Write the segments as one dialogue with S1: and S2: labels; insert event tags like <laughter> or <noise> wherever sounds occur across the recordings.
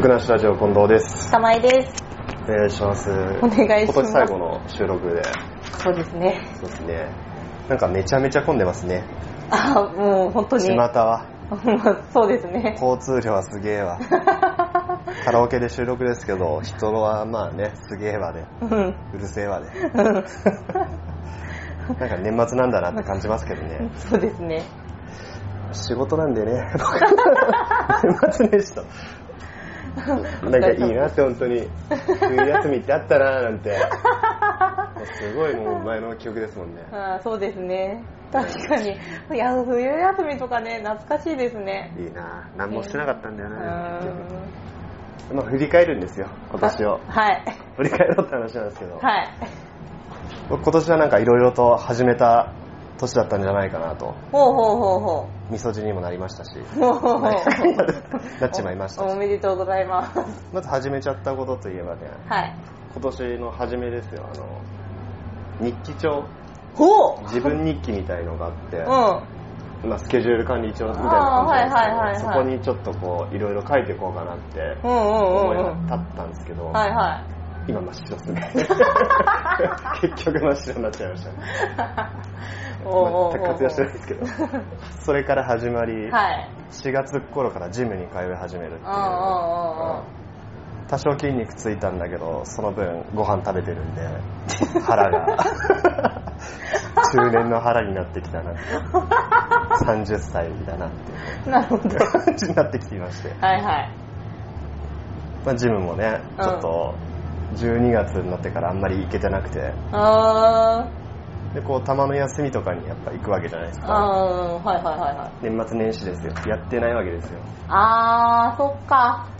S1: くなしラジオ近藤です。
S2: 下前です。
S1: お願いします。お
S2: お願いします
S1: 今年最後の収録で。
S2: そうですね。
S1: そうですね。なんかめちゃめちゃ混んでますね。
S2: あ、もう本当
S1: 巷
S2: に。
S1: は。
S2: <laughs> そうですね。
S1: 交通量はすげえ
S2: <laughs>
S1: わ。カラオケで収録ですけど、人はまあね、すげえわで、
S2: うん。
S1: うるせえわで。 <laughs> なんか年末なんだなって感じますけどね。
S2: そうですね。
S1: 仕事なんでね、 <laughs> 年末年始と。なんかいいなって本当に、冬休みってあったなーなんて。もうすごいもう前の記憶ですもんね。
S2: あーそうですね。確かに。いや、冬休みとかね、懐かしいですね。
S1: いいなー何もしてなかったんだよ
S2: う
S1: な、結局
S2: ん。
S1: まあ振り返るんですよ、今年を。
S2: はい。
S1: 振り返ろうって話なんですけど。
S2: はい。
S1: 僕今年はなんか色々と始めた年だったんじゃないかなと。
S2: ほうほうほうほ
S1: 味噌汁にもなりましたし。
S2: う。ほうほうほう。
S1: <laughs> なっちまいました
S2: お
S1: し。
S2: めでとうございます。
S1: まず始めちゃったことといえばね、
S2: はい。
S1: 今年の初めですよ、あの、日記帳。
S2: ほう
S1: 自分日記みたいのがあって、
S2: うん。
S1: まあ、スケジュール管理帳みたいな感じなんですけど、
S2: あーはいはいはいはい
S1: そこにちょっとこういろいろ書いていこうかなって
S2: うんうん
S1: 思
S2: う
S1: い
S2: んうん。
S1: が立ったんですけど、
S2: はいは
S1: 今真っ白です
S2: <laughs>
S1: ね結局真っ白になっちゃいましたね
S2: い。おうおうおう
S1: 全く活用してないですけ
S2: <laughs>
S1: どそれから始まり、
S2: はい。
S1: 4月頃からジムに通い始めるっていう
S2: おうおうおうお
S1: う
S2: う
S1: ん多少筋肉ついたんだけどその分ご飯食べてるんで腹が
S2: <laughs>
S1: 中年の腹になってきたなって30歳だなっていう
S2: なるほど。
S1: 感じになってきていまして、
S2: はいはい。
S1: まあ、ジムもね
S2: うん
S1: ちょっと12月になってからあんまり行けてなくて
S2: あ
S1: でこうたまの休みとかにやっぱ行くわけじゃないです
S2: ー
S1: か
S2: あー、はいはいはいはい。
S1: 年末年始ですよやってないわけですよ
S2: あー、そっか。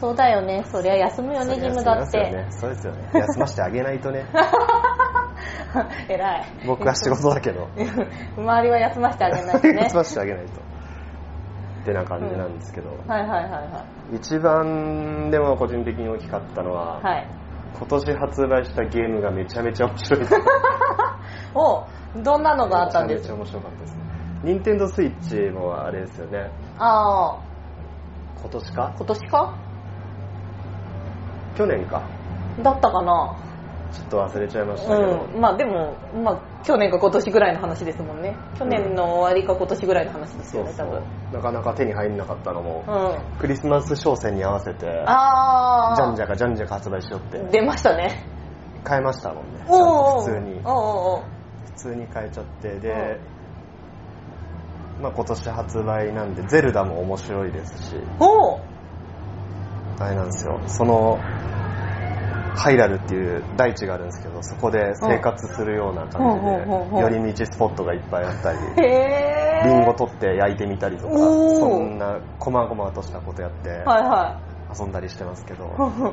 S2: そうだよね。そりゃ休むよね、
S1: そ
S2: ジ
S1: れ
S2: ムだ
S1: 休
S2: っ
S1: みますよ
S2: て。
S1: ねそうですよね休ませてあげないとね
S2: <laughs> 偉い。
S1: 僕は仕事だけど
S2: <laughs> 周りは休ませてあげないとね
S1: <laughs> 済。ませてあげないと。ってな感じなんですけど、
S2: はいはいはいは
S1: 一番でも個人的に大きかったのは、
S2: い。はい。
S1: 今年発売したゲームがめちゃめちゃ面白い
S2: おどんなのがあったんで
S1: め
S2: す
S1: ちゃ
S2: か
S1: めちゃ面白かったですね。任天堂スイッチもあれですよね。
S2: あ
S1: 今年
S2: ー、
S1: か
S2: 今年か
S1: 去年か。
S2: だったかな
S1: ちょっと忘れちゃいましたけど。
S2: うん。まあでも、まあ去年か今年ぐらいの話ですもんね。去年の終わりか今年ぐらいの話です
S1: そ
S2: よ
S1: う
S2: ね、
S1: そ
S2: 多分
S1: う。。なかなか手に入んなかったのも、
S2: うん。
S1: クリスマス商戦に合わせて、
S2: あー。
S1: じゃんじゃかじゃんじゃか発売しよって、
S2: 出ましたね。
S1: 買えましたもんね。ちゃん
S2: お
S1: と普
S2: ー
S1: 通に。
S2: おーおーおー
S1: 普通に変えちゃってで、まあ、今年発売なんでゼルダも面白いですし
S2: おー
S1: あれなんですよそのハイラルっていう大地があるんですけどそこで生活するような感じ
S2: うんほうほうほうほ
S1: で
S2: う
S1: 寄り道スポットがいっぱいあったり
S2: へー
S1: リンゴ取って焼いてみたりとか
S2: おー
S1: そんな細々としたことやって
S2: はいは
S1: 遊んだりしてますけど
S2: い。うん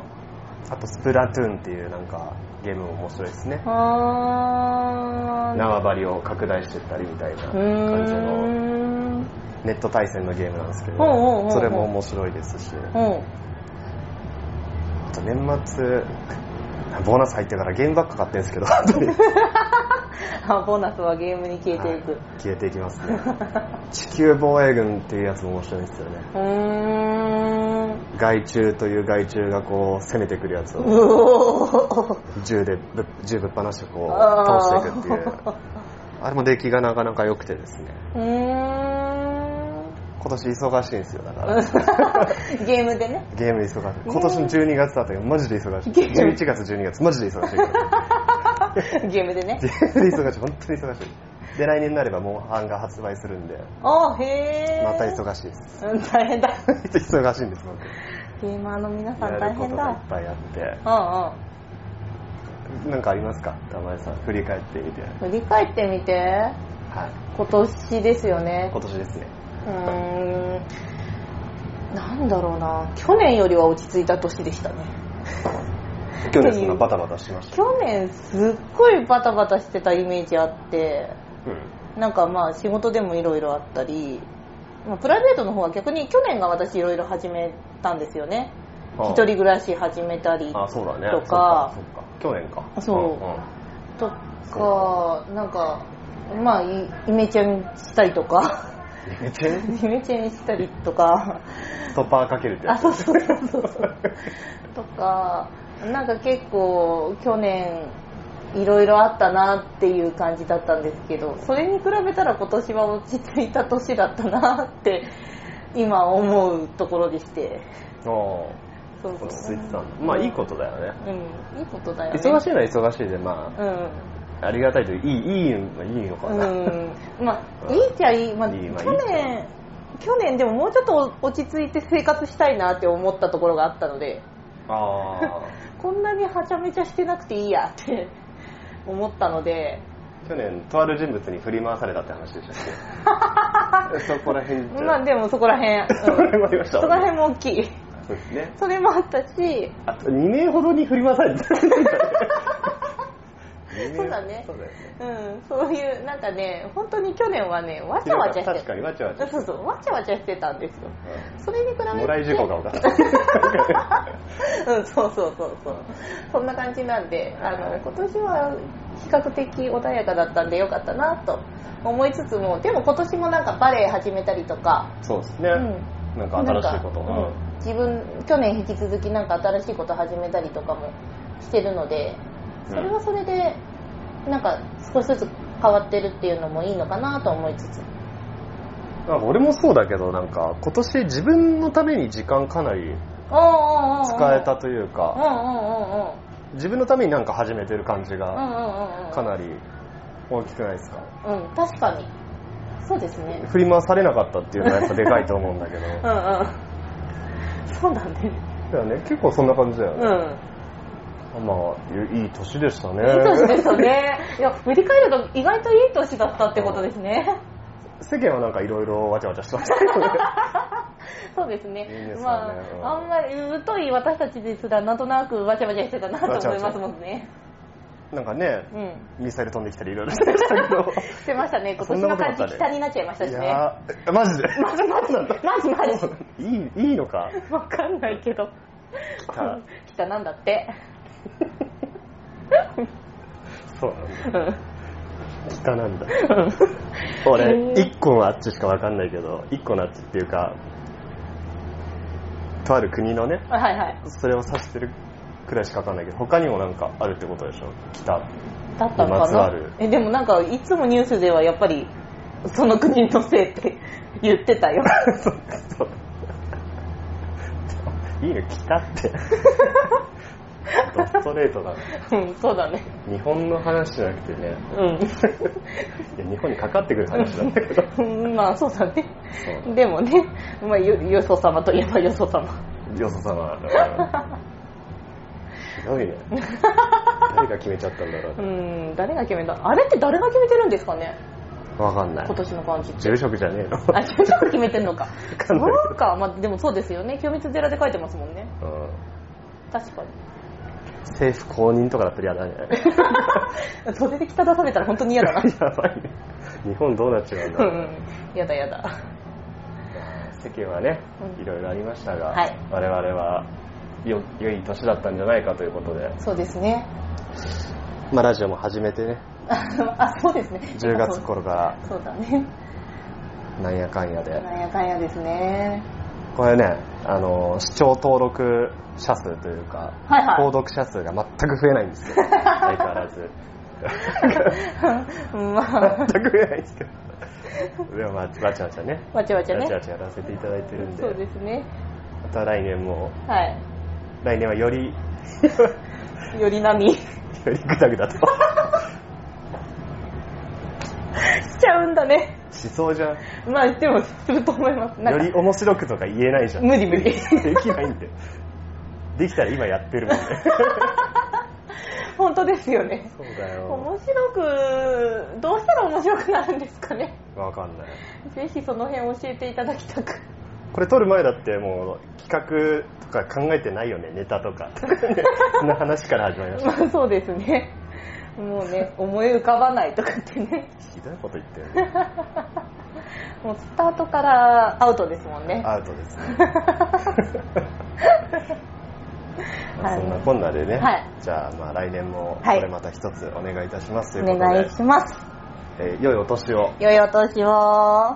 S1: あとスプラトゥーンっていうなんかゲームも面白いですね
S2: あー。
S1: 縄張りを拡大してったりみたいな
S2: う
S1: 感じの
S2: ーん。
S1: ネット対戦のゲームなんですけど
S2: ほうほうほうほう
S1: それも面白いですし
S2: う
S1: あ
S2: ん。
S1: と年末ボーナス入ってからゲームばっか買ってるんですけ
S2: <laughs>
S1: ど後で
S2: あボーナスはゲームに消えていく。
S1: 消えていきますね地球防衛軍っていうやつも面白いんですよね
S2: うーん。
S1: 害虫という害虫がこう攻めてくるやつを
S2: うおー
S1: 銃でぶっ銃ぶっ放してこう倒
S2: あー
S1: していくっていうあれも出来がなかなか良くてですね
S2: うーん。
S1: 今年忙しいんですよだから
S2: <laughs> ゲームでね。
S1: ゲーム忙しい今年の12月だったけどマジで忙しい
S2: ゲーム
S1: 11月12月マジで忙しいから
S2: ゲームでね。
S1: ゲームで忙しい、本当に忙しい。で、来年になればもう版が発売するんで、
S2: あー、へー。
S1: また忙しいです。 <laughs>
S2: うん大変だ。
S1: 忙しいんです、僕。
S2: ゲーマーの皆さ
S1: や
S2: ん大
S1: ること
S2: 変
S1: がい
S2: だ
S1: っ。ぱいあっ
S2: うんうん。
S1: て。なんかありますか玉井さん、振り返ってみて。
S2: 振り返ってみて。
S1: はい。
S2: 今年ですよね。
S1: 今年ですね。
S2: うーん。なんだろうな。去年よりは落ち着いた年でしたね。
S1: 去年そんなバタバタしました。
S2: 去年すっごいバタバタしてたイメージあって、
S1: うん。
S2: なんかまあ仕事でもいろいろあったり、まあ、プライベートの方は逆に去年が私いろいろ始めたんですよね。
S1: ああ
S2: 一人暮らし始めたり
S1: あ、そうだね。
S2: とか
S1: そうか。そうか去年か。
S2: そう
S1: うんうん
S2: とか、なんか、まあいイメチェンしたりとか、 <laughs>
S1: リメチェン
S2: リメチェンしたりとか
S1: ストッパーかけるってや
S2: あ
S1: つ
S2: そうそうそうそうそうとかなんか結構去年いろいろあったなっていう感じだったんですけどそれに比べたら今年は落ち着いた年だったなって今思うところでして
S1: おー
S2: そうそ
S1: 落
S2: う
S1: ち着いてたんだまあいいことだよね
S2: うんいいことだよね
S1: 忙しいのは忙しいでま
S2: うん
S1: あありがたいといいいいのいいのかな、
S2: うん、まあいいっちゃいい、まあ、
S1: いいまあ
S2: 去年去年でももうちょっと落ち着いて生活したいなって思ったところがあったので
S1: <laughs> ああ
S2: こんなにはちゃめちゃしてなくていいやって思ったので
S1: 去年とある人物に振り回されたって話でしたっ
S2: <laughs>
S1: けそこら辺じゃ
S2: まあでもそこら辺、
S1: そこら辺もありました
S2: そこら辺も大きい
S1: そうですね
S2: それもあったし
S1: あと2名ほどに振り回されてた
S2: そうだね
S1: そうだよね
S2: うんそういうなんかね本当に去年はねわちゃわちゃして
S1: 確かにわちゃわちゃ
S2: そうそうわちゃわちゃしてたんですよ
S1: う
S2: それに比べて
S1: んもらい事故が多かった
S2: <laughs> うん、そうそうそうそう。そんな感じなんで、あの、今年は比較的穏やかだったんでよかったなと思いつつも、でも今年もなんかバレエ始めたりとか、
S1: そうですね、
S2: うん
S1: なんか新しいこと
S2: なんかうん自分、去年引き続きなんか新しいこと始めたりとかもしてるので、それはそれで、なんか少しずつ変わってるっていうのもいいのかなと思いつつ。
S1: なんか俺もそうだけどなんか今年自分のために時間かなり
S2: おーおーおーおー
S1: 使えたという
S2: うん
S1: か
S2: うんうんうん。
S1: 自分のためになんか始めてる感じ
S2: うん
S1: が
S2: うんうんうん。
S1: かなり大きくないですか
S2: うん、確かに。そうですね。
S1: 振り回されなかったっていうのはやっぱでかいと思うんだけど
S2: うんうん。そうだね。
S1: だよね結構そんな感じだよ
S2: う
S1: ね、
S2: ん。
S1: まあいいい年でしたね
S2: いい年でしたね。いや、振り返ると意外といい年だったってことですね。
S1: 世間はなんかいろいろわちゃわちゃしてましたけど
S2: <laughs>
S1: ね
S2: そうです
S1: い
S2: ね。
S1: いですよね
S2: ま
S1: うん
S2: あ、あんまり疎い私たちですら、なんとなくわちゃわちゃしてたなと思いますもんね。
S1: なんかね
S2: うん。
S1: ミサイル飛んできたりいろいろしてましたけど
S2: してましたね。今
S1: そん
S2: 年
S1: な
S2: の
S1: ことあったね
S2: 感じ、北になっちゃいましたし
S1: い
S2: ね。 <laughs>
S1: やーマジで
S2: マジマジ
S1: なんだ
S2: マジマジ。
S1: <laughs> いいいいのか
S2: わかんないけど。
S1: 北
S2: 北なんだって。
S1: そうなんだ
S2: うん
S1: 北なんだ
S2: うん
S1: 俺
S2: えー
S1: 一個のあっちしかわかんないけど一個のあっちっていうかとある国のね
S2: はいはい。
S1: それを指してるくらいしかわかんないけど他にもなんかあるってことでしょ北
S2: だったの
S1: ま
S2: か
S1: つわ
S2: な
S1: る
S2: えでもなんかいつもニュースではやっぱりその国のせいって言ってたよ
S1: <laughs> そうそういいの北ってドストレートだな
S2: うんそうだね
S1: 日本の話じゃなくてねいや日本にかかってくる話なんだけど
S2: うんまあそうだね
S1: そ
S2: でもね、まあ、よよそ様といえばよそ様
S1: よそ様だからひどいね誰が決めちゃったんだろう
S2: うん誰が決めたあれって誰が決めてるんですかね
S1: わかんない
S2: 今年の感じって
S1: 住職じゃねえの
S2: あ自分が決めてんのか
S1: かんない
S2: そうか、まあ、でもそうですよね清水寺で書いてますもんね
S1: うん
S2: 確かに
S1: 政府公認とかだったら嫌だね
S2: それで北出されたら本当に嫌だな
S1: <laughs> やばいね日本どうなっちまうんだ
S2: う
S1: ろうん
S2: 嫌だ嫌だ
S1: 世間はね
S2: うん
S1: いろいろありましたが、
S2: はい
S1: 我々はよ良い年だったんじゃないかということで、
S2: そうですね
S1: まあ、ラジオも始めてね
S2: あ、そうですね。
S1: 10月頃から
S2: そうだね。
S1: なんやかんやで
S2: なんやかんやですね。
S1: これねあの視聴登録者数というか、
S2: はいはい
S1: 購読者数が全く増えないんです
S2: <laughs>
S1: よ相変わらず
S2: まあ、
S1: 全く増えないんですけ
S2: <laughs>
S1: どでもまあわちゃわちゃね
S2: わちゃわちゃ
S1: わ
S2: ね
S1: ちゃ。わちゃやらせていただいてるんで
S2: そうですね。
S1: また来年も
S2: はい。
S1: 来年はよ
S2: <laughs>
S1: りよ
S2: より波し
S1: りグダグ
S2: <laughs>
S1: ダと
S2: ちゃうんだね。
S1: しそうじゃん
S2: まあ、でも、すると思います。なん
S1: よ
S2: か
S1: り面白くとか言えないじゃん
S2: 無理無理
S1: できないんでできたら今やってるもんね
S2: 本当ですよね。
S1: そうだよ
S2: 面白く、どうしたら面白くなるんですかね。
S1: わかんない
S2: ぜひその辺教えていただきたく。
S1: これ撮る前だってもう企画とか考えてないよねネタとかそんな話から始まりました
S2: まあ、そうですね。もうね、思い浮かばないとかってね。
S1: ひどいこと言ってるね
S2: もうスタートからアウトですもんね。
S1: アウトですねまあ
S2: <laughs> はい
S1: そんなこんなでね、
S2: はい
S1: じゃあまあ来年もこ
S2: はい
S1: れまた一つお願いいたしますとい
S2: お
S1: うことで、
S2: 願いします。
S1: えー良いお年を
S2: 良いお年を。